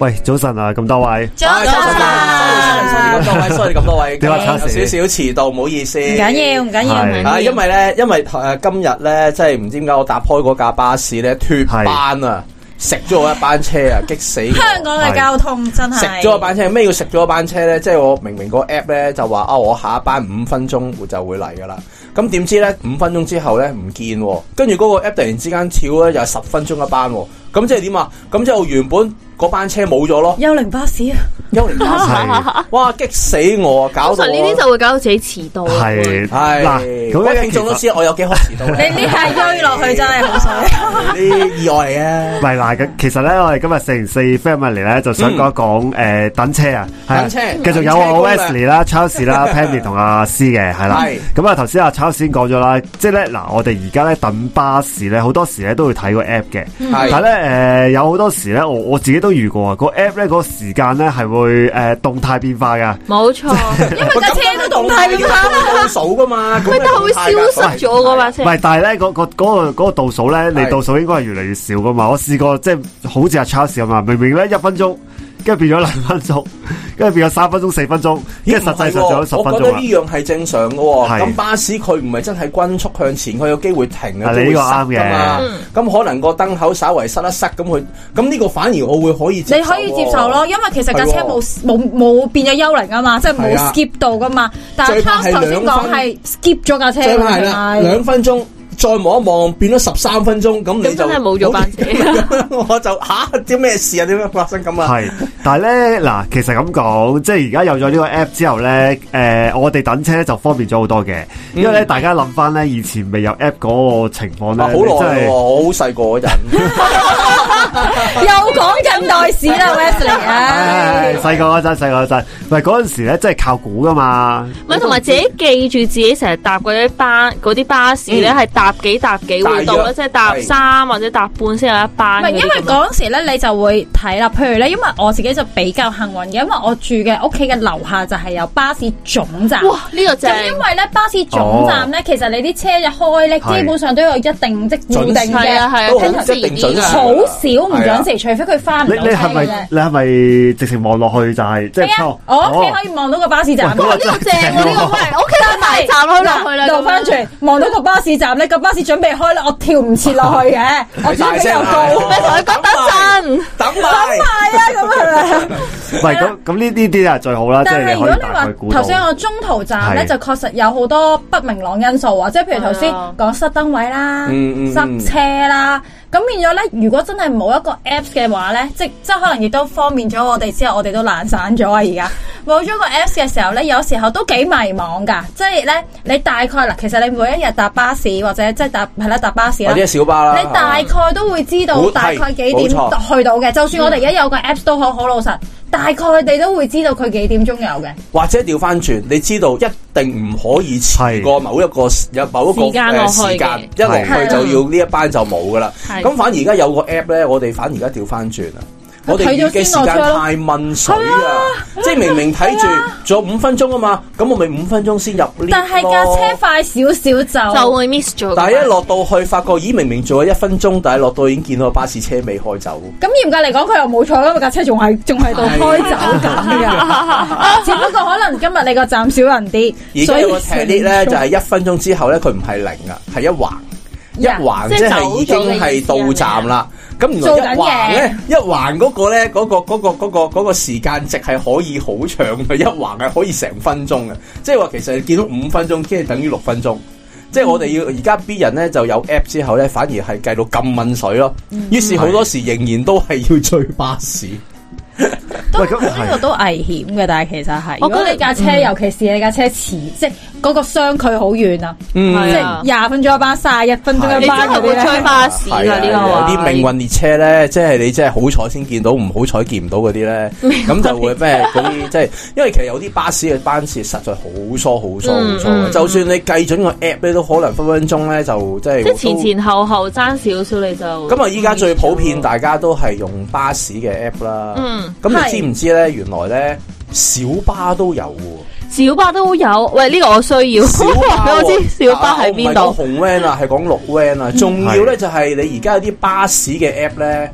喂，早晨啊，咁多 位，早晨啊咁多位，sorry 咁多位，點啊有少少遲到，唔好意思。唔緊要，唔緊要，唔係緊要。啊，因為咧，因為誒、呃今日咧，即係唔知點解我搭開嗰架巴士咧脱班啊，食咗我一班車啊，激死我！香港嘅交通真係食咗個班車，咩叫食咗個班車呢？即係我明明個 app 呢就話啊，我下一班五分鐘會就會嚟噶啦。咁點知呢？五分鐘之後呢，唔見喎，跟住嗰個 app 突然之間跳呢，又係十分鐘一班喎。咁即係點啊？咁即係我原本嗰班車冇咗咯，幽靈巴士啊，幽靈巴士，係 哇激死我啊！搞通到常呢啲就會搞到自己遲到啊。係係嗱，各咁位咧聽其眾都實知我有幾可遲到你呢下追落去真係好水。啲意外嚟嘅唔。係嗱，咁其實咧，我哋今日四零四 family 咧就想講一 講誒等車啊，係啊等車繼續有我等車攻 Wesley 啦、Charles 啦、Pammy 同阿 C 嘅，係啦係。咁啊，頭先阿 Charles 先講咗啦，即係咧嗱，我哋而家咧等巴士咧，好多時咧都會睇個 app 嘅，嗯但係咧誒有好多時咧，我我自己都遇過啊，個 app 咧個時間咧係會誒動態變化㗎。冇錯，因為架車都動態變化，倒數噶嘛，咁喂，但係會消失咗噶嘛唔車。係，但係咧，嗰嗰嗰個嗰個倒數咧，你係倒數應該係越嚟越少噶嘛。我試過即係好似阿 Charles 咁啊，明明咧一分鐘，跟住變咗兩分鐘，跟住變咗三分鐘、四分鐘，跟住實際上仲有十分我覺鐘啊得啦呢。樣係正常嘅喎。係咁巴士佢唔係真係均速向前，佢有機會停啊嘅，你呢個都會塞啱嘅㗎嘛。嗯咁可能個燈口稍為塞一塞，咁佢咁呢個反而我會可以接你受喎可以接受咯，。因為其實架車係喎冇冇冇變咗幽靈啊嘛，即係冇係啊 skip 到噶嘛。但係最怕係 Charles 頭先兩講分係 skip 咗架車㗎最嘛，係啦，兩分鐘再望一望，變咗十三分鐘，咁你咁就真係冇咗班車。 我就吓啲咩事啊？點樣發生咁啊？係，但係咧嗱，其實咁講，即係而家有咗呢個 app 之後咧，誒、我哋等車就方便咗好多嘅，因嗯為咧、大家諗翻咧以前未有 app 嗰個情況啊，好咧，你真耐喎，係我好細 個嗰陣，又講近代史啦，Wesley 唉唉細個嗰陣，細個嗰陣，喂嗰陣時咧真係靠估噶嘛。唔係，同埋自己記住自己成日搭嗰啲班嗰啲巴士咧，係搭幾搭幾會到大啦，約即係搭三或者搭半先有一唔班嗰係，啲咁樣。因為嗰陣時咧，你就會睇啦。譬如咧，因為我自己就比較幸運嘅，因為我住嘅屋企嘅樓下就係有巴士總站。哇呢個咁正因。為咧巴士總站哦咧，其實你啲車一開咧，係基本上都有一定即固定準時係嘅啊，係啊，啊都好準時一定準啲時好少唔準時，除非佢翻唔你到你車係嘅咪啫。你係咪直情望落去就係即係哦係啊，我哦屋企可以望到個巴啊士站。哇呢個正喎，啊呢哦個喂，屋企都埋啊站開落去啦，倒翻轉，望到個巴士站咧，個巴士準備開啦，我跳唔切落 去嘅，我準備又高， 咪同佢講等陣。等埋係啊，咁係咪？喂咁咁呢呢啲啊最好啦，即但係係你如可以果你大概估話到。頭先我中途站咧，係就確實有好多不明朗因素啊，即係譬如頭先係啊講塞燈位啦、嗯嗯嗯塞車啦，咁變咗咧，如果真係冇一個 Apps 嘅話咧，即即係可能亦都方便咗我哋之後，我哋都懶散咗啊！而家冇咗個 Apps 嘅時候咧，有時候都幾迷茫㗎，即係咧你大概嗱，其實你每一日搭巴士或者即係搭係啦搭巴士或啦者。係小巴啦，你大概都會知道冇大概幾啊係冇嗯點錯去到嘅，就算我哋而家有個 Apps 都好，好老實，大概你都會知道佢幾點鐘有嘅。或者調翻轉，你知道一定唔可以遲過某一個有某一個時間落誒去時間嘅，一落係去就要呢一班就冇噶啦。係咁反而而家有個 app 咧，我哋反而而家調翻轉啦。佢我哋睇咗預嘅先時落間車咯太問水啊！即係明明睇住仲有五分鐘啊嘛，咁我咪五分鐘先入 lift 但係架車咯。快少少就就。會 miss 咗㗎嘛。但係一落到去，發覺咦明明仲有一分鐘，但係落到已經見到個巴士車尾開走。咁嚴格嚟講，佢又冇錯，因為架車仲 係仲喺度開走緊㗎。只不過可能今日你個站少人啲，啊而所家以有個 t 列咧，就係一分鐘之後咧，佢唔係零啊，係一橫。一橫即係已經啊係到站啦。咁原來一橫咧，一橫嗰個咧，嗰、個嗰、個嗰、個嗰、個時間值係可以好長嘅，一橫係可以成分鐘嘅。即係話其實你見到五分鐘，即係等於六分鐘。即係我哋要而家 B 人咧就有 app 之後咧，反而係計到咁濛水咯。於是好多時仍然都係要追巴士。都喂咁呢個都危險嘅，但係其實係，我如覺得果你架車，尤其是你架車遲，即係嗰個相距好遠啊，嗯即係啊係廿分鐘一班，卅一分鐘你一真班嗰係啲會追咧。巴士㗎係啊呢個有話。啲命運列車咧，即係你真係好彩先見到，唔好彩見唔到嗰啲 咧，咁就會咩嗰啲即係，因為其實有啲巴士嘅班次實在好疏好疏好疏嘅，嗯嗯就算你計準個 app 咧，都可能分分鐘咧就即係即係前都前後後爭少少你就咁啊！依家最普遍，大家都係用巴士嘅 app 啦。嗯，咁係你知唔知咧？原來咧小巴都有喎，小巴都有。喂，呢個 我需要，小巴喎我知小巴喺邊啊我唔度。係講紅 van 啊，係講綠 van 啊。仲要咧就係你而家有啲巴士嘅 app 咧，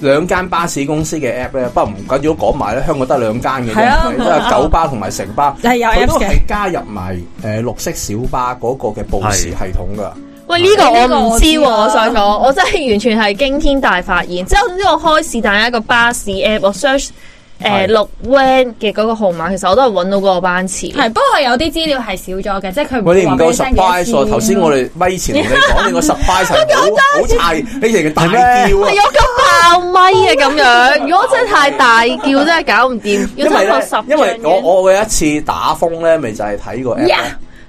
兩間巴士公司嘅 app 咧，不過唔緊要都講埋咧，香港得兩間嘅係啊啫，都係九巴同埋城巴，係有佢 apps 都嘅係加入埋誒綠色小巴嗰個嘅報時系統噶。喂，呢、個呢個我我唔知啊知喎，我想講，我真係完全係驚天大發現。之後呢，我開是但一個巴士 app，我 search 係誒六 van 嘅嗰個號碼，其實我都係揾到嗰個班次。係，不過有啲資料係少咗嘅，即係佢唔我哋唔話俾夠你聽幾多 surprise 喎！錢啊頭先我哋咪前同你講，你個 surprise 係好好大，你成日大係叫啊喂！哎有咁爆咪啊咁樣，如果真係太大叫，真係搞唔掂，要因突為破咧十張，因為我嘅我有一次打風咧，咪就係睇個 app 呢 Yeah，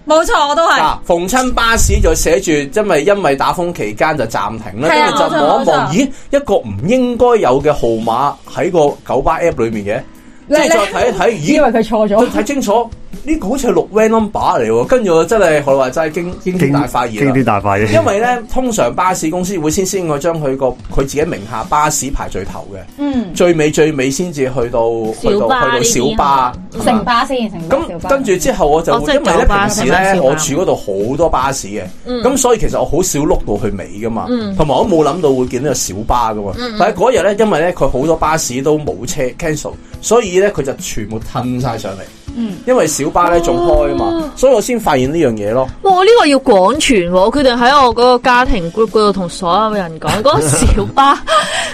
冇錯，我都係嗱，啊逢親巴士就寫住，因為因為打風期間就暫停係啦，跟啊住就望一望，咦，一個唔應該有嘅號碼喺個九巴 app 裏面嘅，你即係再睇一睇，以為咦，佢錯再咗。睇清楚，呢個好似係六 van number 嚟喎，跟住我真係我話真係驚驚天大發現驚啦天大發現，因為咧，通常巴士公司會先先去將佢個佢自己名下巴士排最頭嘅，嗯，最尾最尾先至去到去小到巴去到呢啲小巴係，係嘛城巴嗯先，城巴小咁巴跟住之後我就哦即係因為咧舊巴平時新巴咧小巴我住嗰度好多巴士嘅，咁所以其實我好少碌到去尾噶嘛，嗯同埋我冇諗到會見到有小巴噶嘛。但係嗰日咧，因為咧佢好多巴士都冇車 cancel，所以咧佢就全部褪晒上嚟。嗯因為小巴咧仲開啊哦嘛，所以我先發現呢樣嘢咯。哇！我呢個要廣傳喎，我決定喺我嗰個家庭 group 嗰度同所有人講，嗰個小 巴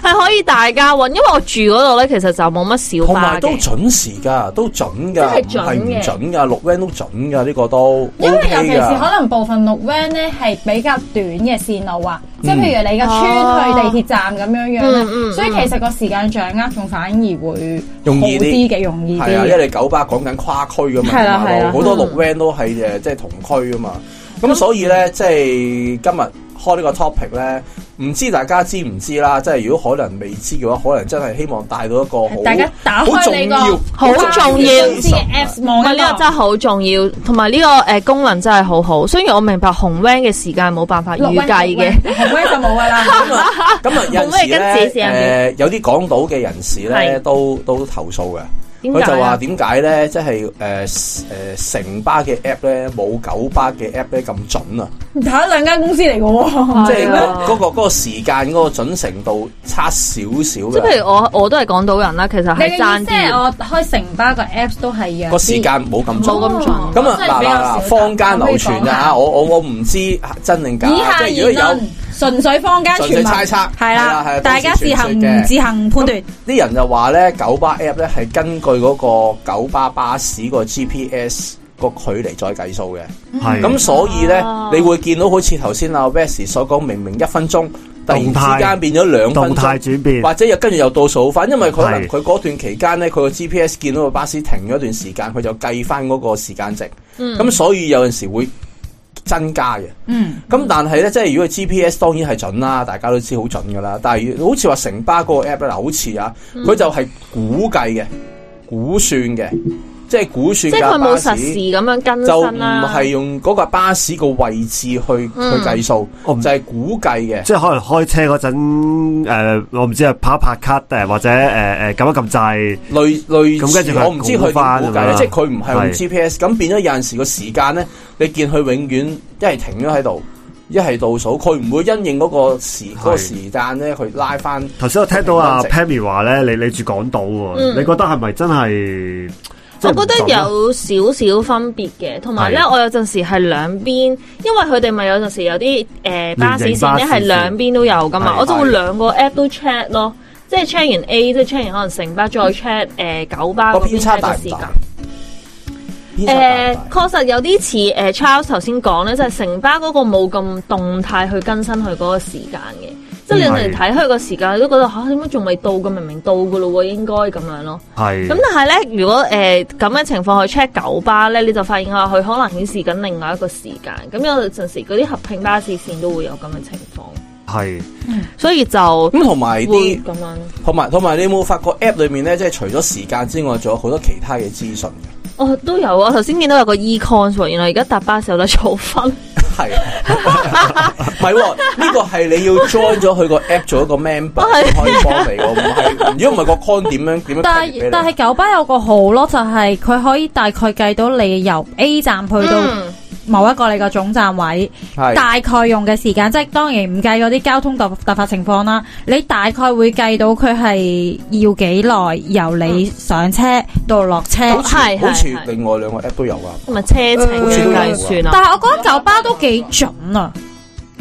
係可以大家揾，因為我住嗰度咧，其實就冇乜小同巴埋都嘅。準時㗎，都準㗎，唔真係準係唔嘅準㗎，六 van 都準㗎，呢個都因為尤其 OK 啊是可㗎。能部分綠 van 咧係比較短嘅線路啊，即係嗯譬如你嘅村去地鐵站咁樣樣嗯嗯咧，嗯所以其實個時間掌握仲反而會容易啲好啲嘅，容易係啊，因啲。為你九巴講緊跨區㗎嘛，係啦馬路係啦好多六 van 都係誒，即係同區㗎嘛。咁所以咧，即係今日開呢個 topic 咧，唔知大家知唔知啦？即係如果可能未知嘅話，可能真係希望帶到一個好大家打好重開你個要、好重要公司嘅 Apps 啊望唔係一呢個望真係好重要，同埋呢個誒功能真係好好。雖然我明白紅 van 嘅時間冇辦法預綠 van 計嘅，紅 van 就冇㗎 啦。咁啊，有陣時好咩跟住咧，誒、先啊呃有啲港島嘅人士咧係都都投訴嘅。點佢解就話啊？點解咧？即係誒誒城巴嘅 app 咧，冇九巴嘅 app 咧咁準啊！睇兩間公司嚟嘅喎，即係係啊嗰嗰個嗰個時間嗰個準程度差少少即係譬嘅，如我我都係港島人啦，其啊實你嘅係爭意思係啲，我開城巴個 Apps 都係嘅個時間冇咁準。冇咁準咁啊嗱嗱嗱，坊間流傳啊，我我我唔知啊真定假，以下即係如果言論有純粹坊間純傳粹聞，猜測係係啦係啦啦，大家自都市行傳說嘅自行判斷。啲人就話咧，九巴 app 咧係根據嗰個九巴巴士個 GPS 個距離再計數嘅。係咁所以咧哦，你會見到好似頭先阿 Wes 所講，明明一分鐘，突然動態之間變咗兩分動態鐘，轉變，或者又跟住又倒數翻，因為可能係佢嗰段期間咧，佢個 GPS 見到個巴士停咗一段時間，佢就計翻嗰個時間值。咁、嗯所以有陣時會增加嘅。嗯，咁但係咧，即係如果 GPS 當然係準啦，大家都知好準噶啦。但係好似話城巴嗰個 app 咧，嗱好似啊，嗯佢就係估計嘅、估算嘅，即係估算即係佢架冇巴實時士。咁樣更就唔新啦。係用嗰架巴士個位置去、啊嗯去計數，我哦唔就係估計嘅。即係可能開車嗰陣，誒、我唔知啊，拍一拍卡誒，或者誒誒撳一撳掣，類類咁跟住似佢我唔知佢點估返估計咧，係嘛即係佢唔係用係 GPS，咁變咗有陣時個時間咧，你見佢永遠一係停咗喺度，一係倒數，佢唔會因應嗰個時嗰個係時間咧，佢拉翻。頭先我聽到阿嗯 Pammy 話咧，你你住港島喎，嗯你覺得係咪真係？即我係唔覺得準咧有少少分別嘅，同埋咧，係我有陣時係兩邊，因為佢哋咪有陣時有啲誒、呃巴士線咧巴係士線兩邊都有噶嘛，係我就會兩個 app 都 check 咯，即係 check 完 A，即係 check 完可能城巴再 check 誒、呃九巴個嗰邊偏差 check 個大時唔間大。？偏差大唔誒大？確實有啲似誒 Charles 頭先講咧，就係城巴嗰個冇咁動態去更新佢嗰個時間嘅，即係你有陣時睇佢個時間，你都覺得嚇點解仲未到嘅？明明到嘅咯喎，應該咁樣咯。係咁但係咧，如果誒咁啊嘅情況去 check 九巴咧，你就發現啊，佢可能顯示緊另外一個時間。咁有陣時嗰啲合併巴士線都會有咁嘅情況，係所以就咁同埋會啲，咁樣。同埋同埋，你有冇發覺 app 裏面咧，即係除咗時間之外，仲有好多其他嘅資訊嘅？哦，都有啊！頭先見到有個 econ 喎，原來而家搭巴士有得儲分。係， 唔係喎？呢個係你要 join 咗佢個 app 做一個 member，哦係可以幫你喎。唔係，如果唔係個 con 點樣點樣但 credit 俾係你？但係九巴有個好咯，就係佢可以大概計到你由 A 站去到嗯某一個你個總站位，係大概用嘅時間，即係當然唔計嗰啲交通突突發情況啦，你大概會計到佢係要幾耐由你上車到落車。好似係好似係另外兩個 app 都有啊噶，同埋車程好似都有計算但啊，係我覺得酒吧都幾準啊，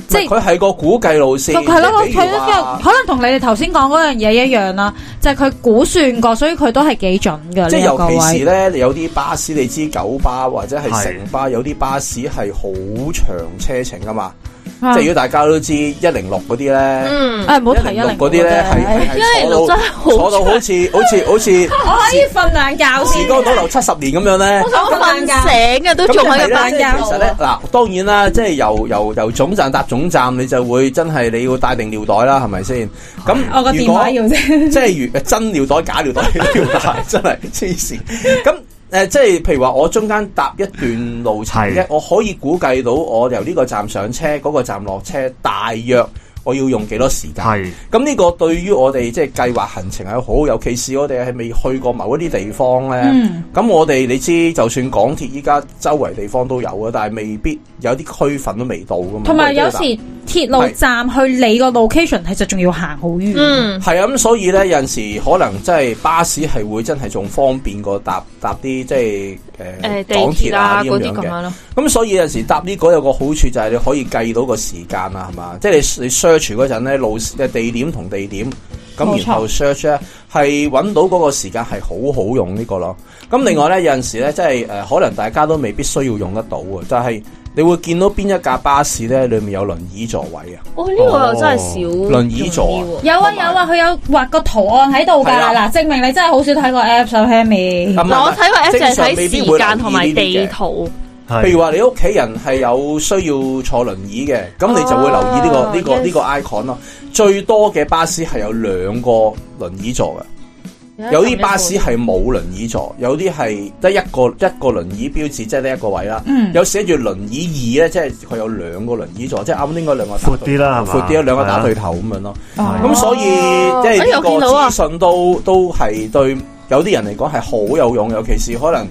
即即係係。佢係個估計路線，就哦係咯，佢睇即係比如咗之後，話可能同你哋頭先講嗰樣嘢一樣啦，就係佢估算過，所以佢都係幾準嘅即呢係一個尤其是位。咧，有啲巴士你知九巴或者係城巴，有啲巴士係好長車程噶嘛。啊即係如果大家都知一零六嗰啲咧，嗯，誒唔好提一啊106零嗰啲咧係係106坐到真係好坐到好似好似好似我可以瞓兩覺時光倒流七十年咁樣咧。我瞓醒啊嘅都咁仲但喺係呢個班即係其實咧間，嗱，當然啦，即係由由由總站搭總站，你就會真係你要帶定尿袋啦，係咪先？咁我個如電果話要啫。即係如呃真尿袋假尿袋 都要帶，真係黐線。咁誒、呃即係譬如話，我中間搭一段路程係啫，我可以估計到我由呢個站上車，嗰、個站落車，大約我要用幾多時間。係咁呢個對於我哋即係計劃行程係好，尤其是我哋係未去過某一啲地方咧。嗯咁、我哋你知，就算港鐵依家周圍地方都有啊，但係未必有啲區份都未到噶嘛。同埋我哋都有要時搭鐵路站去你個 location，其實仲要行好遠。嗯，係啊，咁所以咧有陣時可能真係巴士係會真係仲方便過搭搭啲即係誒誒地港鐵鐵啊啊呢嗰啲啲咁咁樣嘅。樣咯，咁所以有陣時搭呢個有個好處就係你可以計到個時間啊，係嘛？即係你你 search 嗰陣咧路嘅地點同地點，冇咁錯然後 search 咧係揾到嗰個時間係好好用呢個咯。嗯咁另外咧有陣時咧即係誒、呃可能大家都未必需要用得到嘅，就係、你會見到邊一架巴士咧裏面有輪椅座位啊。哦呢個又真係少輪椅座啊用啲喎有啊同有埋啊，佢有畫個圖案喺度㗎係啊嗱，證明你真係好少睇過 Apps 啊，Pammy。啊唔係嗱嗯我睇個 app 就正係常未必會睇時間同埋留意呢啲地嘅圖，係，譬如話你屋企人係有需要坐輪椅嘅，咁你就會留意呢、個哦呢、個 yes 呢、個 icon 咯。最多嘅巴士係有兩個輪椅座嘅，有啲巴士係冇輪椅座，有啲係得一個一個輪椅標誌，即係得一個位啦。嗯有寫住輪椅二咧，即係佢有兩個輪椅座，即係啱啱應該兩個打闊啲啦係嘛闊啲兩個打係啊對頭咁樣咯。係咁所以哦即係哎呢我個見到啊資訊都都係對有啲人嚟講係好有用，尤其是可能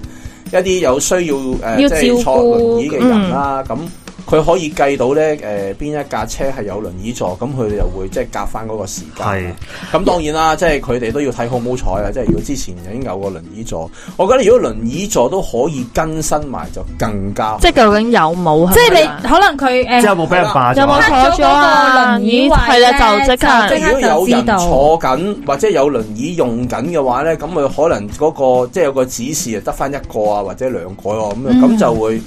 一啲有需要誒、呃要即照顧嗯係坐輪椅嘅人啦，咁佢、可以計到咧誒邊一架車係有輪椅座，咁佢哋又會即係夾翻嗰個時係間。咁當然啦，即係佢哋都要睇好唔好彩啦。即係如果之前已經有個輪椅座，我覺得如果輪椅座都可以更新埋就更加好。即係究竟有冇？即係係咪啊你可能佢即係有誒冇俾人霸有冇咗？坐咗啊黑咗嗰個輪椅位係啦，咧就即刻就即如果刻有知人道。坐緊或者有輪椅用緊嘅話咧，咁佢可能嗰、個即係有個指示啊，得翻一個啊或者兩個喎，咁嗯樣咁就會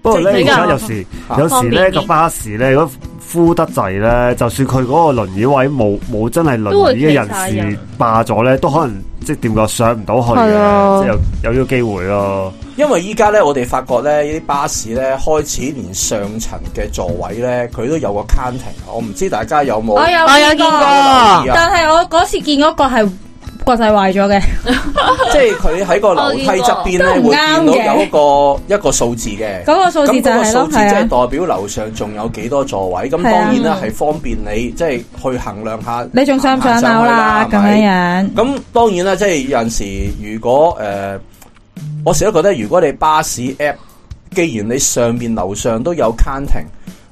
不過即咧，係而家比較有時有時方便咧啲個巴士咧，如果敷得滯咧，就算佢嗰個輪椅位冇冇真係輪椅嘅人都會企晒士人霸咗咧，都可能即係點講上唔到去嘅，係啊即係有有呢個機會咯。因為依家咧，我哋發覺咧，呢啲巴士咧開始連上層嘅座位咧，佢都有個 counting 啊。我唔知大家有冇我有我有見見過過留意啊？但係我嗰次見嗰個係國際壞咗嘅，即係佢喺個樓梯側邊咧，哦都唔會啱見嘅到有一個一個數字嘅。嗰個數字就咁嗰個係數咯，字係即係啊，代表樓上仲有幾多座位，咁係啊當然啦，係方便你即係去衡量下你仲想唔想行上樓去啦？係咁咪樣嗯樣，咁當然啦，即係有陣時，如果誒、呃我成日都覺得，如果你巴士 app，既然你上面樓上都有 counting，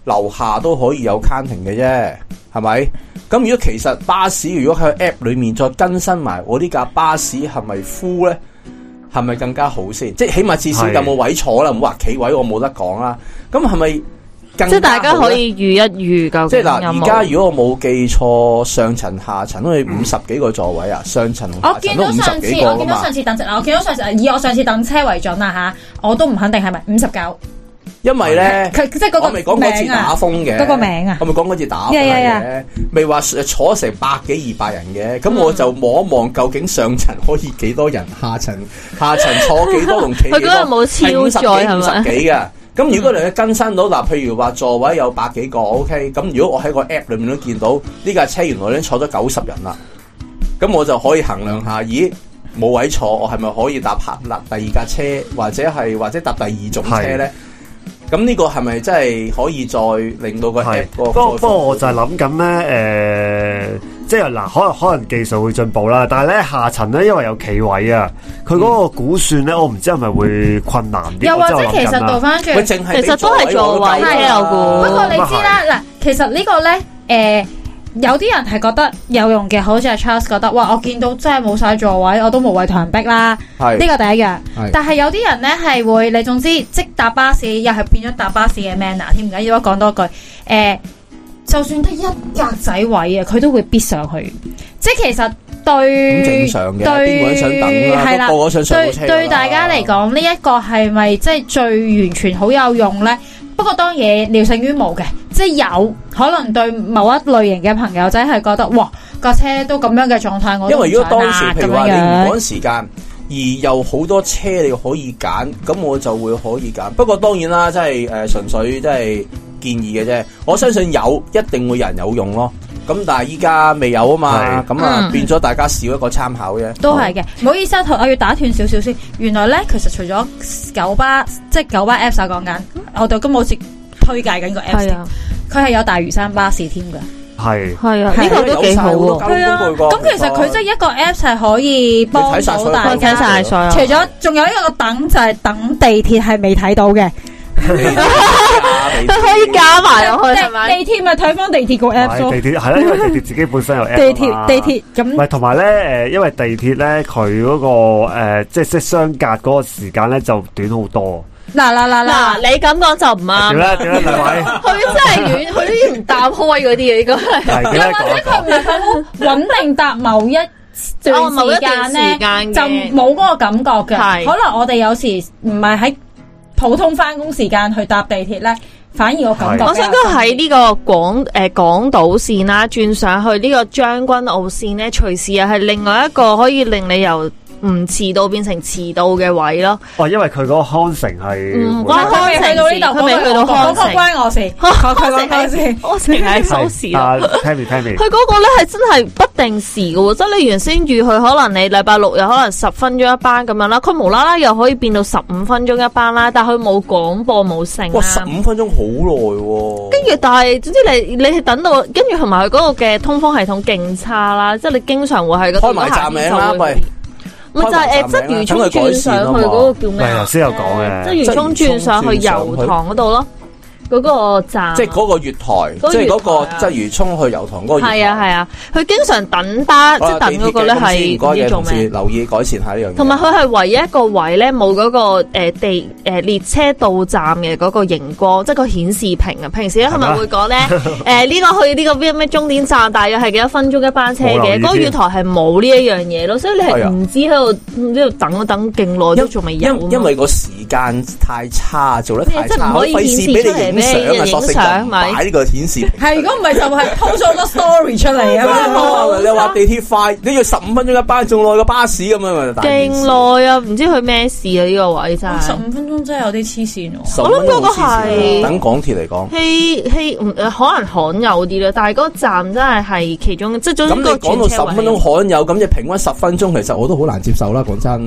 樓下都可以有 counting 嘅啫，係咪？咁如果其實巴士如果喺 app 裏面再更新埋，我呢架巴士係咪 full 咧？係咪更加好先？即係起碼至少係有冇位坐啦，唔好話企位，我冇得講啦。咁係咪更即係大家好呢可以預一預究即竟係有嗱，冇？而家如果我冇記錯，上層下層好似五十幾個座位啊，上層同我下層見都到五十上次，幾個我噶見到嘛上。次等車，嗱我見到上次以我上次等車為準啦吓，我都唔肯定係咪五十九，因為咧，佢即係我嗰咪講個嗰次名打啊，風嘅嗰個名啊我咪講嗰次打風呀呀呀嘅，咪話呃坐成百幾二百人嗯嘅，咁我就望一望究竟上層可以幾多人，下層 下層坐幾多同 企幾多。佢嗰日冇超載係咪五十幾嘅。咁嗯如果你去更新到嗱，譬如話座位有百幾個，OK，咁如果我喺個 app 裏面都見到呢架車原來已經坐咗九十人啦，咁我就可以衡量下，咦冇位坐，我係咪可以搭客搭第二架車，或者係或者搭第二種車咧？咁呢個係咪真係可以再令到個係 app 個不過不過我過就係諗緊咧，誒、即係嗱，可能可能技術會進步啦，但係咧下層咧，因為有企位啊，佢嗰個估算咧，我唔知係咪會困難啲。又或我真者係其諗緊實啦倒翻轉喂，，哦啊淨係其實都係座位啫我不估過你知啦，嗱，其實呢個咧，誒。有啲人係覺得有用嘅，好似阿 Charles 覺得，哇！我見到真係冇晒座位，我都無謂同人逼啦。係呢個第一樣係。但係有啲人咧係會，你總之即搭巴士又係變咗搭巴士嘅 manner 添。唔緊要，我講多句，誒、就算得一格仔位啊，佢都會必上去。即係其實對咁正常嘅，邊個對都想等啦，係啦個個都想上到對車㗎啦對大家嚟講，呢、一個係咪即係最完全好有用呢？不過當然聊勝於無嘅，即係有可能對某一類型嘅朋友仔係覺得，哇架車都咁樣嘅狀態，我因為為如果當時譬如咁話你唔樣趕時間，而又好多車你可以揀，咁我就會可以揀。不過當然啦，即係誒純粹即係建議嘅啫。我相信有一定會有人有用咯。咁但係依家未有啊嘛，係咁啊嗯變咗大家少一個參 考啫。都係嘅，唔好意思啊，我要打斷少少先。原來呢，其實除咗九巴，即係九巴 Apps 啊講緊，我哋今日好似推介緊個 Apps，係添啊，佢係有大嶼山巴士添㗎。係係啊，係呢個都幾好有晒好多喎。交通工具㗎咁其實佢即係一個 Apps 係可以你睇幫晒到所有大佢家睇。晒所有除咗仲有一個等就係、等地鐵係未睇到嘅，佢可以加埋落去係咪？地地鐵咪睇翻地鐵個 app 咯係，地鐵係啦，因為地鐵自己本身有 app 地啊嘛鐵地鐵唔係，咁同埋咧，誒，呃因為地鐵咧，佢嗰、個誒、即係即係相隔嗰個時間咧，就短好多。嗱嗱嗱嗱，嗱，你咁講就唔點啱。啊咧？點咧？兩位 佢真 係遠，佢都唔搭開嗰啲嘢，應該係。係點 咧？講一佢唔係佢好穩定搭某一哦某一段段時間時咧，間嘅就冇嗰個感覺嘅。係可能我哋有時唔係喺普通翻工時間去搭地鐵咧，反而我感覺我想講喺呢個廣誒、呃、港島線啦，轉上去呢個將軍澳線咧，隨時又係另外一個可以令你由唔遲到變成遲到嘅位咯。哦，因為佢嗰個康城係唔會關佢未去到呢度，佢未去到嗰康個城關我事， 佢佢講我事。我成日收視係啦。啊，Tammy Tammy 佢嗰個咧係真係不定時嘅喎，即係你原先預佢可能你禮拜六又可能十分鐘一班咁樣啦，佢無啦啦又可以變到十五分鐘一班啦，但係佢冇廣播冇剩哇，十啦。五分鐘好耐喎。跟住，但係總之你你係等到，跟住同埋佢嗰個嘅通風系統勁差啦，即係你經常會係嗰度開埋站名啦行完就會喂咪就係誒，即係漁開埋涌站名啦轉上去嗰個叫咩咪啊頭？先有講嘅即係漁涌轉上去油塘嗰度咯，嗰個站。即係嗰個月台，嗰個月台啊即係嗰個鲗魚涌去油塘嗰個月台。係啊係啊，佢經常等巴，即係等嗰個咧係唔知做咩。留意改善下呢樣嘢。同埋佢係唯一一個位咧冇嗰個誒地誒列車到站嘅嗰個熒光，即係個顯示屏啊。平時咧佢咪會 講咧誒呢個去呢個咩咩終點站，大約係幾多分鐘一班車冇留意嘅。嗰個添月台係冇呢一樣嘢咯，所以你係啊係唔知喺度唔知喺度等一等勁耐都仲未有啊嘛。因因為個時間太差，做得太即係差，唔可以費事俾你影相啊，顯示出嚟索性就唔擺呢個顯 示屏。係，如果唔係就係 po 咗好多 story 出嚟哎 啊嘛。你話地鐵快，你要十五分鐘一班，仲耐過巴士咁樣咪大件事勁耐啊，唔知佢咩事啊呢個位真十 係。五分鐘真係有啲黐線喎。十五分鐘我諗嗰個好黐線啊係等港鐵嚟講。希希唔呃可能罕有啲啦，但係嗰個站真係係其中即係總之咁你個講到轉十車五位分鐘罕有，咁你平均十分鐘，其實我都好難接受啦。講真，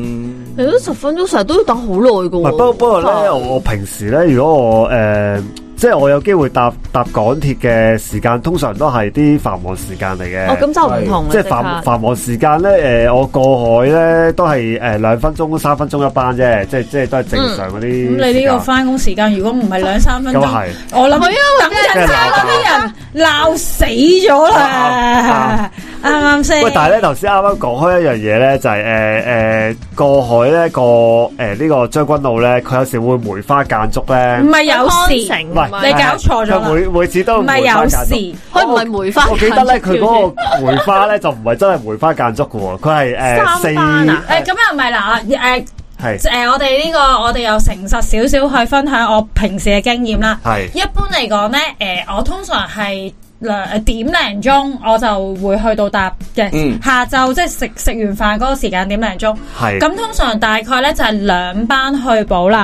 你都十分鐘成日都要等好耐噶唔係喎。不過不過咧，我我平時咧，如果我誒、即係我有機會搭搭港鐵嘅時間，通常都係啲繁忙時間嚟嘅。哦，咁就唔同啦，即係係繁繁忙時間咧，誒、我過海咧都係誒兩分鐘、三分鐘一班啫，即係即係都係正常嗰啲時間。咁你呢個翻工時間，如果唔係兩三分鐘咁，係我諗係啊等陣間嗰啲人鬧死咗啦，啱唔啱先？啊喂，但係咧，頭先啱啱講開一樣嘢咧，就係誒誒過海咧個誒呢個將軍澳咧，佢有時會梅花間竹咧唔，係有康時，城唔係唔你係搞錯咗啦佢每每次都唔係梅花有間竹。時，佢唔係梅花間竹。我記得咧，佢 嗰個梅花咧就唔係真係梅花間竹嘅喎，佢係誒四三班啊誒咁又唔係啦，誒係誒，我哋呢個我哋又誠實少少去分享我平時嘅經驗啦。係一般嚟講咧，誒我通常係。兩誒點零鐘我就會去到搭嘅，嗯下晝即係食食完飯嗰個時間點零鐘，係咁通常大概咧就係兩班去寶林，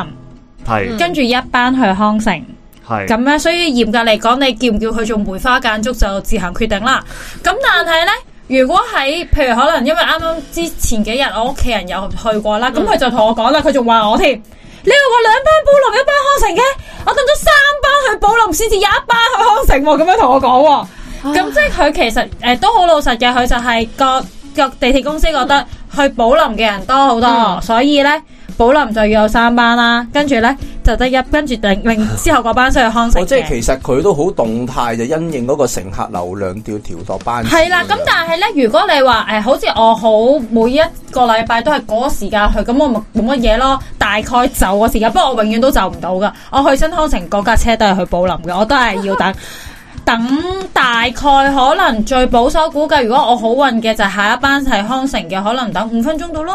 係跟住一班去康城，係咁咧，所以嚴格嚟講，你叫唔叫佢做梅花間竹就自行決定啦。咁但係咧，如果喺譬如可能因為啱啱之前幾日我屋企人有去過啦，咁佢就同我講啦，佢仲話我添。你又話兩班寶林一班康城嘅，我等咗三班去寶林先至有一班去康城喎，咁樣同我講喎。咁即係佢其實誒都好老實嘅，佢就係個個地鐵公司覺得去寶林嘅人多好多，所以咧寶林就要有三班啦，跟住咧就得一，跟住另另之後嗰班需要康城我哦即係嘅。其實佢都好動態，就因應嗰個乘客流量調調度班次。係啦，咁但係咧，如果你話誒、好似我好每一個禮拜都係嗰個時間去，咁我咪冇乜嘢咯。大概就個時間，不過我永遠都就唔到噶。我去新康城嗰架車都係去寶林嘅，我都係要等。等大概可能最保守估計，如果我好運嘅就下一班係康城嘅，可能等五分鐘到咯。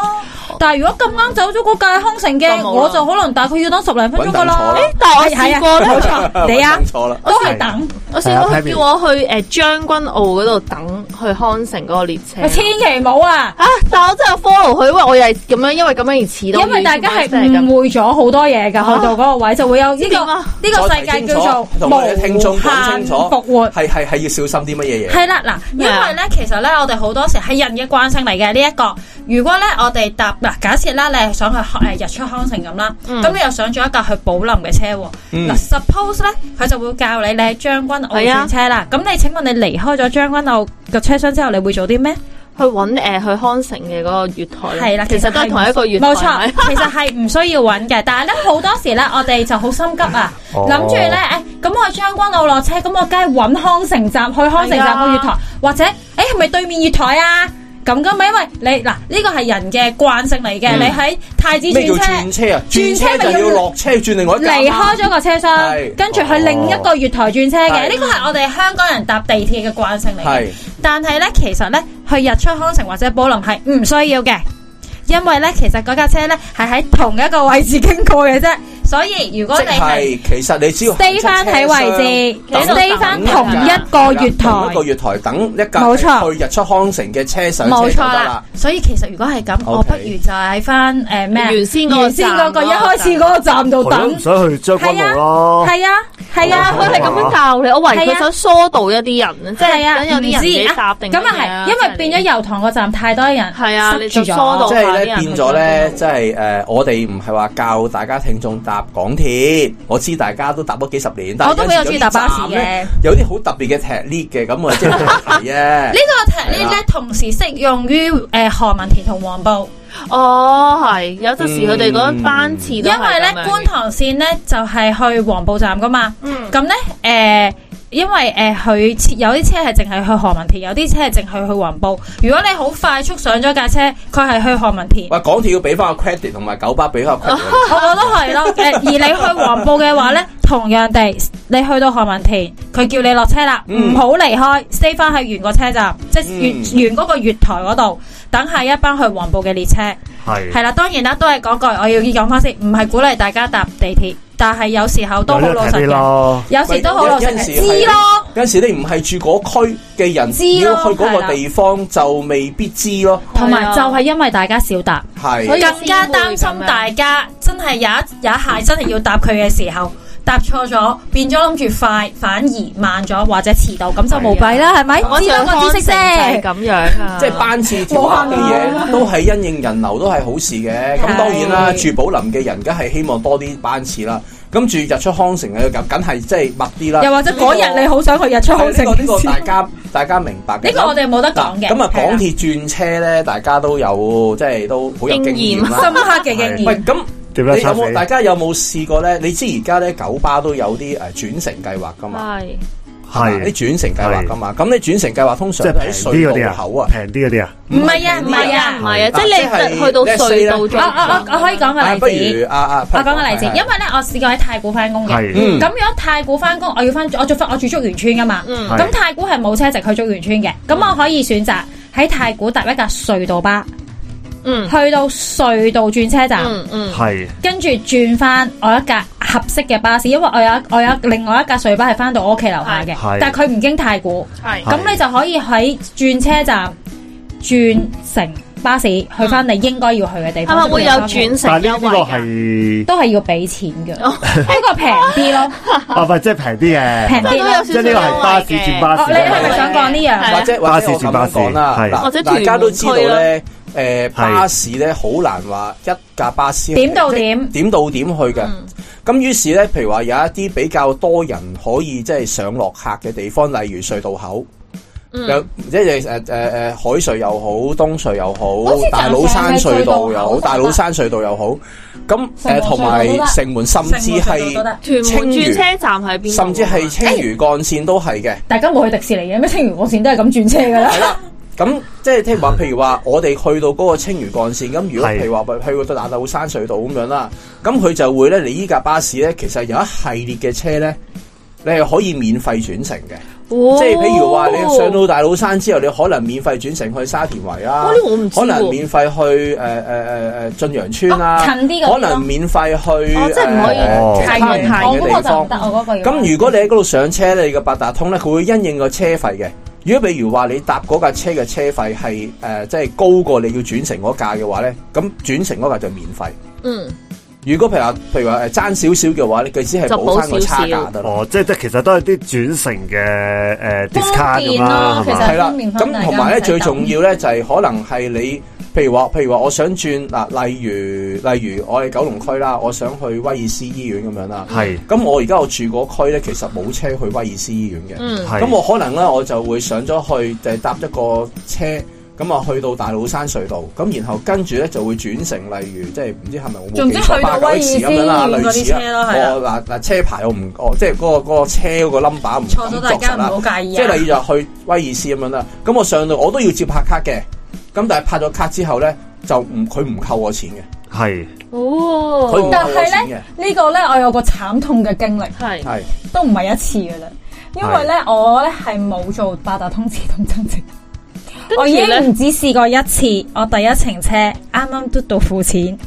但係如果咁啱走咗嗰架係康城就冇嘅，啦我就可能大概要等十零分鐘噶搵等坐啦啦。誒但係我係試啊過咧冇錯，你啊 我清楚啦，都係等。啊 我試過佢叫我去誒將軍澳嗰度等去康城嗰個列車喂，。千祈唔好啊！啊！但我真係 follow 佢，因為我又係咁樣，因為咁樣而遲到。因為大家係真係咁誤會咗好多嘢㗎，去到嗰個位就會有呢個點啊呢個世界叫做同無我哋聽眾講限清楚，復活。係係係要小心啲乜嘢嘢？係啦，嗱，因咩啊為咧，其實咧，我哋好多時係人嘅慣性嚟嘅呢一個。如果咧，我哋搭嗱，假設啦，你係想去呃誒日出康城咁啦，咁、你又上咗一架去寶林嘅車喎。嗱、嗯 suppose 咧，佢就會教你你喺將軍澳係啊轉車啦。咁、你請問你離開咗將軍澳嘅車廂之後，你會做啲咩？去揾誒去康城嘅嗰個月台。啊係啦，其實都係同一個月台。冇係錯咪，其實係唔需要揾嘅。但係咧，好多時咧，我哋就好心急啊，諗住咧，誒，咁我喺將軍澳落車，咁我梗係揾康城站去康城站個月台，或者誒係咪對面月台啊？咁噶嘛，因為你嗱呢個係人嘅慣性嚟嘅，嗯你喺太子咩叫轉車轉。車啊？轉轉車咪車就要要落車轉另外一架離開咗個車廂，係跟住去另一個月台轉車嘅，係呢個係我哋香港人搭地鐵嘅慣性嚟嘅係。但係咧，其實咧去日出康城或者寶林係唔需要嘅，因為咧其實嗰架車咧係喺同一個位置經過嘅啫，所以如果即你係係其實你只要 stay 翻喺位置等，stay 翻同一個月同一個台。月台等一架冇錯去日出康城嘅車上冇車就錯得啦啦。，所以其實如果係咁， OK 我不如就喺翻誒咩啊原先嗰個原先嗰個站一開始嗰個站度我都等唔，想去將軍澳咯。係啊係哦啊，佢係咁樣教你，我懷疑係啊佢想疏導一啲人，即係係啊，等有啲人唔自己知搭啊定咁啊係，因為變咗油塘個站太多人，係啊你就塞住疏導即咗。係咧變咗咧，即係誒，我哋唔係話教大家聽眾搭港鐵，我知大家都搭咗幾十年，但係我都比較有時中意有搭啲巴士站嘅咧，有啲好特別嘅踢 lift 嘅，咁啊即係係 啊呢。個踢係呢啊咧同時適用於誒何文田同黃埔，哦，係有陣時佢哋嗰一班次因都係為咧咁樣嘅觀塘線咧就係去黃埔站噶嘛，嗯咁咧誒。因為誒佢設有啲車係淨係去何文田，有啲車係淨係去黃埔。如果你好快速上咗架車，佢係去何文田，喂，港鐵要俾翻個 credit，同埋九巴俾翻個 credit。我覺得係咯。誒，而你去黃埔嘅話咧，同樣地，你去到何文田，佢叫你落車啦，嗯唔好離開，stay 翻喺原個車站，即係嗯原原嗰個月台嗰度，等下一班去黃埔嘅列車。係係啦，當然啦，都係講句，我要講翻先，唔係鼓勵大家搭地鐵，但係有時候都好有呢個老睇實啲嘅，咯。有時都好老實嘅，有陣時係知咯。有陣時你唔係住嗰區嘅人，知咯要去嗰個地方就未必知咯。同埋就係因為大家少搭，所係，以更加擔心大家真係有一有一下真係要搭佢嘅時候搭錯咗，變咗諗住快，反而慢咗或者遲到，咁就無謂啦，係咪？我知道上個康知城識就係啫。咁樣啊，即係班次調冇劃限嘅啊嘢都係因應人流，都係好事嘅。咁係當然啦，住寶林嘅人梗係希望多啲班次啦。咁住日出康城嘅梗梗係即係密啲啦。又或者嗰日你好想去日出呢個康城呢個呢個大呢家大家明白嘅。個我哋冇得講嘅。係咁啊，啦港鐵轉車咧，大家都有即係都好有經驗啦。深刻嘅經喂驗，，咁點你樣有拆死冇？大家有冇試過咧？你知而家咧九巴都有啲誒轉乘計劃噶嘛？係你係轉乘計劃噶嘛？咁你轉乘計劃通即常係都喺平啲嗰啲隧道啊口，啊，平啲嗰啲啊。唔係啊，唔係啊。唔係啊？嗱即係你即係去到 let's say Ờ, 隧呢道我再啊我我我可以講啊，不個例子如。啊啊，我講個例子，因為咧我試過喺太古翻工嘅，係嗯咁如果太古翻工，我要翻我住翻我住竹園村噶嘛，嗯係咁太古係冇車直去竹園村嘅，咁我可以選擇喺太古搭一架隧道巴，嗯去到隧道轉車站，嗯嗯，係跟住轉翻我一架合適嘅巴士，因為我有一我有另外一架隧巴係翻到我屋企樓下嘅係，但係佢唔經太古，係係咁你就可以喺轉車站轉乘巴士去翻你應該要去嘅地係方，咪會有轉乘但係優呢惠呢個㗎？係都係要俾錢嘅，不過平啲咯。啊，唔係即係平啲嘅，平都啲有咯少即係呢個係巴士轉巴士哦，嘅。你係咪想講呢係樣？啊或者巴或士者我轉咁巴樣士講啦，係嗱或者屯大門家都知道咧，誒係巴士咧好難話一架巴士點到點即係點到點去嘅。嗯咁於是咧，譬如話有一啲比較多人可以即係上落客嘅地方，例如隧道口，嗯又即係诶诶诶海隧又好，東隧又好似好，大老山隧道又好，大老山隧道又好，咁诶城門隧道同埋都得城門甚至城門隧道都係得屯門青轉嶼車站喺邊度啊？甚至係青嶼幹線都係嘅。大家冇去迪士尼嘅咩？青完我線都係咁轉車㗎啦系。啦。咁即係聽話，譬如話我哋去到嗰個青嶼幹線，咁如果係譬如話去到大老山隧道咁樣啦，咁佢就會咧，你依架巴士咧，其實有一系列嘅車咧，你係可以免費轉乘嘅，哦，即係譬如話你上到大老山之後，你可能免費轉乘去沙田圍啦哦呢個我唔，知可喎能免費去呃诶诶诶诶晋阳村哦啊啦，近啲嗰啲咯可能免費去呃哦即係唔可以誒太其他太唔我同嗰嘅個地就唔方得，。我嗰個要。咁如果你喺嗰度上車咧，你嘅八達通咧，佢會因應個車費嘅。如果譬如話你搭嗰架車嘅車費係誒，呃即係高過你要轉乘嗰架嘅話咧，咁轉乘嗰架就免費。嗯，如果譬如話譬如話誒呃爭少少嘅話咧，佢只係就補翻個補少差少價得啦。哦，即係即係其實都係啲轉乘嘅诶 discount 咁方便啦，係咯其實嘛？係啦，方便返大咁家同埋唔咧使最等重要咧就係可能係你，譬如話譬如話我想轉嗱，例如例如我哋九龍區啦，我想去威爾斯醫院咁樣啦。係咁我而家我住嗰區咧，其實冇車去威爾斯醫院嘅。嗯係咁我可能咧，我就會上咗去，就係搭一個車，咁啊去到大老山隧道，咁然後跟住咧就會轉乘，例如即係唔知係咪我總冇之記錯去到巴威爾九斯池咁樣啦，嗰啲類似車咯啊。係啊我嗱嗱車牌我唔，哦我即係嗰個嗰個車嗰個 number 唔錯咗，大敢作家實啦。唔好介意即係啊。例如就去威爾斯咁樣啦，咁我上到我都要接拍卡嘅，咁但係拍咗卡之後咧就唔佢唔扣我錢嘅，係哦，佢唔但扣我係錢咧嘅，呢個咧，我有個慘痛嘅經歷，係係都唔係一次㗎啦。因為咧，我咧係冇做八達通自動增值，跟 我已住經咧唔止試過一次。我第一程車啱啱嘟到付錢，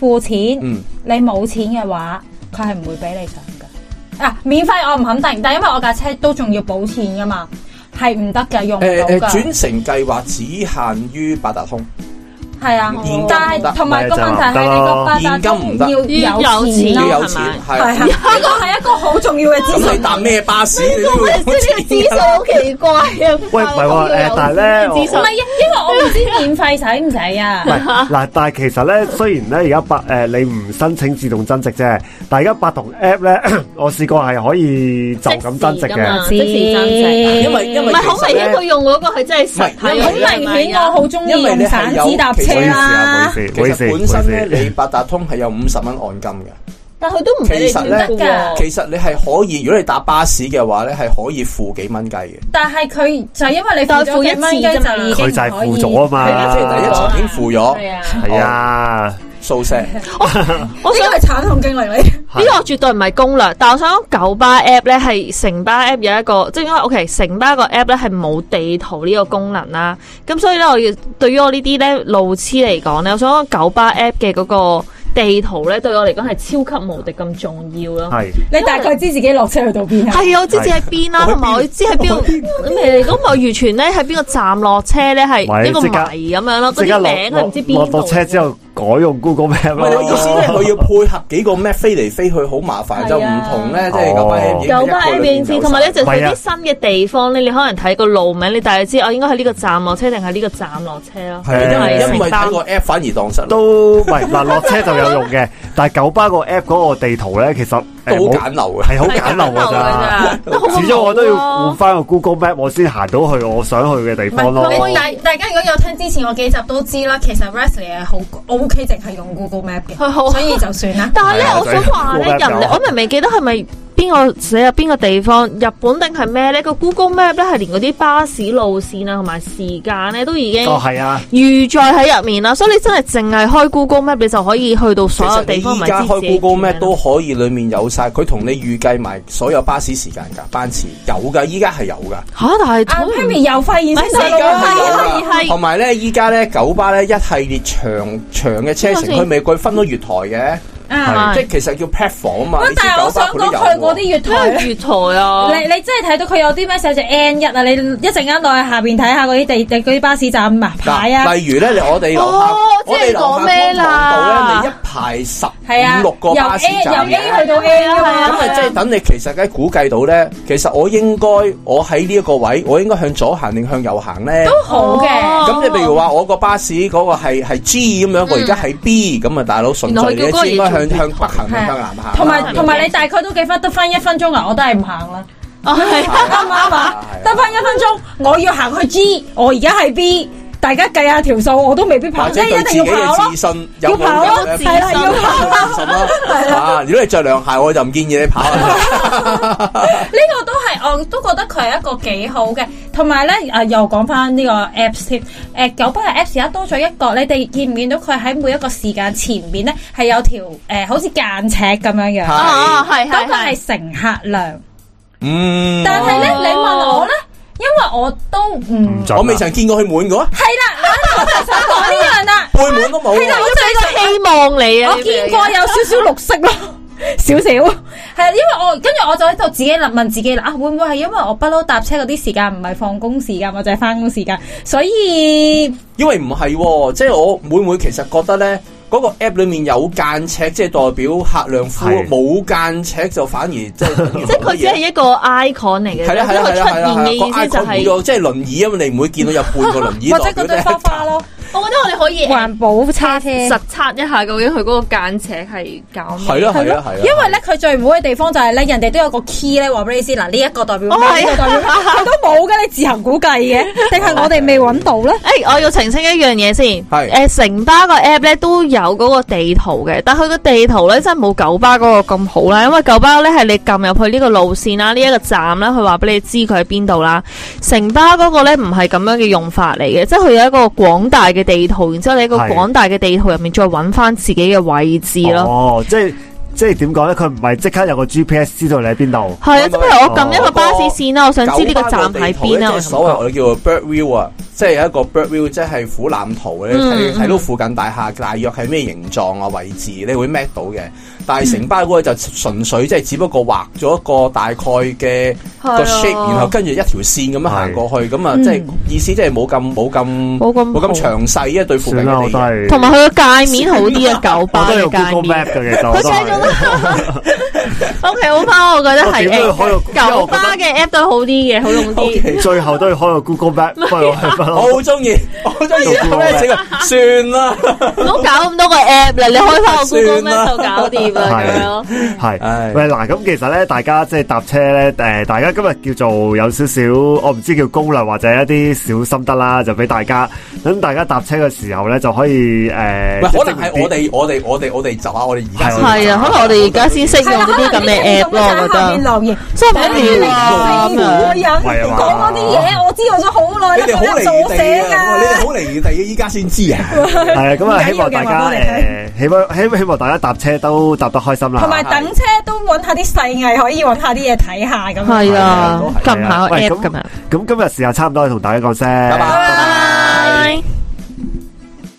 付錢。嗯你冇錢嘅話，佢係唔會俾你上噶。啊，免費我唔肯定，但因為我架車都仲要補錢噶嘛，係唔得嘅，用唔誒誒到噶。轉乘計劃只限於八達通。係啊現金唔，得但係同埋個問題係你個八達通要要有有錢錢咯。要有錢，係係啊，呢個係一個好重要嘅資咁你訊。搭咩巴士？你都要即係呢個指數好奇怪啊！喂唔係喎誒但係咧指唔數係啊，因為我唔知免費使唔使啊唔。 係嗱，但係其實咧，雖然咧而家八诶你唔申請自動增值啫，但係而家八同 app 咧， 我試過係可以就咁增值即時㗎嘅嘛，即時增值。因為因唔為係好明顯，佢用嗰個係真係實唔體嚟啊好㗎，明顯，我好中意因為用你係散有紙搭其車實唔好意思啊，唔啦好。意思，其唔好意思，實唔本好身意咧，你思。八達通係有五十蚊按金嘅。但佢都唔俾你其實轉咧得㗎。其實你係可以，如果你搭巴士嘅話咧，係可以付幾蚊雞嘅。但係佢就因為你付咗幾蚊雞就已經佢就係付咗啊嘛，係啦，即係第一層已經付咗係係啊，啊，數聲。我想呢個係慘痛經歷嚟。係呢個絕對唔係攻略，但我想講九巴 app 咧係城巴 app 有一個，即係因為 OK，城巴個 app 咧係冇地圖呢個功能啦。咁所以咧，我要對於我呢啲咧路痴嚟講咧，我想講九巴 app 嘅嗰個地圖咧，對我嚟講係超級無敵咁重要哦咯。係你大概知自己落車去到邊啊？係啊，我知自己喺邊啦，同埋我知喺邊度。咁如果唔係完全咧喺邊個站落車咧係一個咪即刻謎咁樣哦咯，嗰即刻啲落名啊佢唔知落邊落度。車之後改用 Google Map 唔係你意思咧，佢咯，要配合幾個咩飛嚟飛去，好麻煩，就唔同咧，即係哦九巴 A 已經啊有巴 A 一面個裏邊有同埋咧就晒去啲新嘅地方咧，你可能睇個路名，你大概知哦我應該喺呢個站落車定喺呢個站落車咯。係啊因誒為因為睇城個巴 app 反而蕩失路，啊都唔係嗱落車就有用 嘅，但係九巴個 app 嗰個地圖咧，其實都誒好冇簡陋嘅。係好簡陋㗎咋。㗎咋都好啊始終我都要換換。翻個 Google Map，我先行到去我想去嘅地方哦咯。你大大家如果有聽之前我幾集都知啦，其實 Wesley 係好 O K，淨係用 Google Map 佢好嘅，所以就算啦。但係咧係啊，我想話咧，人真係哋我明明記得係咪邊個寫入啊邊個地方，日本定係咩咧？個 Google Map 咧係連嗰啲巴士路線啊，同埋時間咧都已經哦，係啊，預載喺入面啦。所以你真係淨係開 Google Map，你就可以去到其所有實地你方。依家開 Google Map 咩都可以，裡面有晒，佢同你預計埋所有巴士時間㗎，班次有㗎，依家係有㗎。嚇，但係阿好唔 Pammy 又發現新唔係啊細係路啊係啦啊係啊係啊同埋咧，依家咧九巴咧一系列長長嘅車程，邊個先佢咪佢分咗月台啊！嘅，係即係其實叫 platform 啊嘛。喂你，知但係我九想巴講佢都有佢嗰啲喎。月台咩咧。月台啊？你你真係睇到佢有啲咩寫住 N 一啊！你一陣間落去下邊睇下嗰啲地地嗰啲巴士站啊牌啊嗱，，例如咧，你我哋樓下哦，我即哋係樓下講咩觀塘道啦咧，你一排十係啊，五六個由巴士 A 站由嘅 A 去到 A 啊嘛，咁咪即係等你其實咧估計到咧，其實我應該我喺呢一個位，我應該向左行定向右行咧？都好嘅。咁你譬如話我個巴士嗰個係係 G 咁樣，我而家係 B 咁啊，大佬順序你原來佢嗰個知應該嘢向做向北行定係向南行啦。啊同埋同埋，你大概都幾分得翻一分鐘啊！我都係唔行啦。哦，係啱唔啱啊？得翻一分鐘，我要行去 G，我而家係 B，大家計下條數，我都未必跑，或即者係對一自定己要跑嘅咯自。信有要冇跑咯，有係啦，要跑啦。自信啦，啊！如果你着涼鞋，我就唔建議你 跑啦。呢個都係我都覺得佢係一個幾好嘅，同埋咧誒又講翻呢個 Apps 添，誒九巴嘅 Apps 而家多咗一個，你哋見唔見到佢喺每一個時間前面咧係有條誒、呃好似間尺咁樣樣，係哦，係嗰係個係，係乘客量，嗯，但係咧哦嗯你問我咧，因為我都唔唔準啊我未曾見過佢滿過，係啦，我就想講呢樣 啦，背滿都冇係啦，喎。我最想。希望你啊！我見過有少少綠色咯， 少少係啊，因為我跟住我就喺度自己諗問自己啦，啊會唔會係因為我不嬲搭車嗰啲時間唔係放工時間或者係翻工時間，所以因為唔係喎，即係我會唔會其實覺得咧，嗰、個 app 裏面有間尺，即係代表客量寬係冇間尺就反而即係 即係佢只係一個 icon 嚟嘅，係啦係即啦係係佢啦出係啦，現嘅意個思就 icon 冇係，咗即係輪椅，因為你唔會見到有半個 輪椅或者代嗰表對咧花 花咯，我覺得我哋可以環保叉車。實測一下究竟佢嗰個間尺啊係搞咩？係啦係係啦咯係啦，，因為咧佢最唔好嘅地方就係咧，人哋都有個 key 咧，話俾你知嗱，呢一個代表咩，哦呢係個代表咩，佢都冇嘅，你自行估計 嘅，定係我哋未揾到咧？诶、我要澄清一樣嘢先。係诶、城巴個 app 咧都有嗰個地圖嘅，但佢個地圖咧真係冇九巴嗰個咁好啦，因為九巴咧係你撳入去呢個路線啦、呢、一個站啦，佢話俾你知佢喺邊度啦。城巴嗰個咧唔係咁樣嘅用法嚟嘅，即係佢有一個廣大嘅地圖，然之后你喺個係廣大嘅地圖入面再揾翻自己嘅位置咯。哦，即係即係點講咧？佢唔係即刻有個 GPS 知道你喺邊度。係啊，即係譬如我撳一哦個巴士線啦，我想知呢個站九喺邊巴個地圖咧即啊。我係咁所謂講我哋叫做 bird view 啊，即係有一個 bird view，即係俯瞰圖咧，睇嗯睇到附近大廈大約係咩形狀啊位置，你會 map 到嘅。但係城巴嗰個就純粹即係只不過畫咗一個大概嘅係個啊 shape，然後跟住一條線咁樣行過去，咁啊嗯即係意思即係冇咁冇咁冇咁冇咁詳細啊對附近算啦，我嘅都地形。係，同埋佢個界面好啲啊，九我巴都用嘅界 Google 面 Map。嘅，其實佢 我都繼續係。啦。O K，好翻，我覺得係我點都要開個誒九巴嘅 app 都好啲嘅，好 用啲。最後都要開個 Google Map，不過我係不我嬲。好啊中意，我好中意做 Google 咩整啊？算啦， 唔好搞咁多個 app 啦，你開翻個 Google 算啦 Map 就搞掂 Ờ, 啦，咁樣咯。係唉喂嗱，咁其實咧，大家即係搭車咧，誒，大家今日叫做有少少，我唔知叫攻略或者一啲小心得啦，就俾大家，等大家搭車嘅時候咧，就可以誒。唔係可能係我哋我哋我哋我哋就下我哋而家先係啊，可能我哋而家先識係用啦，呢哎可能啲聽啲咁嘅 app 眾咯，都喺我覺下面得。留言。真係我好呢啲無你聊啊咁樣。係死啊人，嘛講嗰啲嘢我知道咗啊好耐你啦，哋好佢有離做地寫啊！你㗎。哋好離地啊！依家先知啊！ 係啊，咁啊，唔緊要嘅希望大話家俾你誒，希望希希望大家搭車都搭得開心啦。同埋等車都揾下啲細藝，可以揾下啲嘢睇下咁樣。係啊，撳下個喂 app 咁樣。咁今日時間差唔多，同大家講聲，拜拜拜拜拜。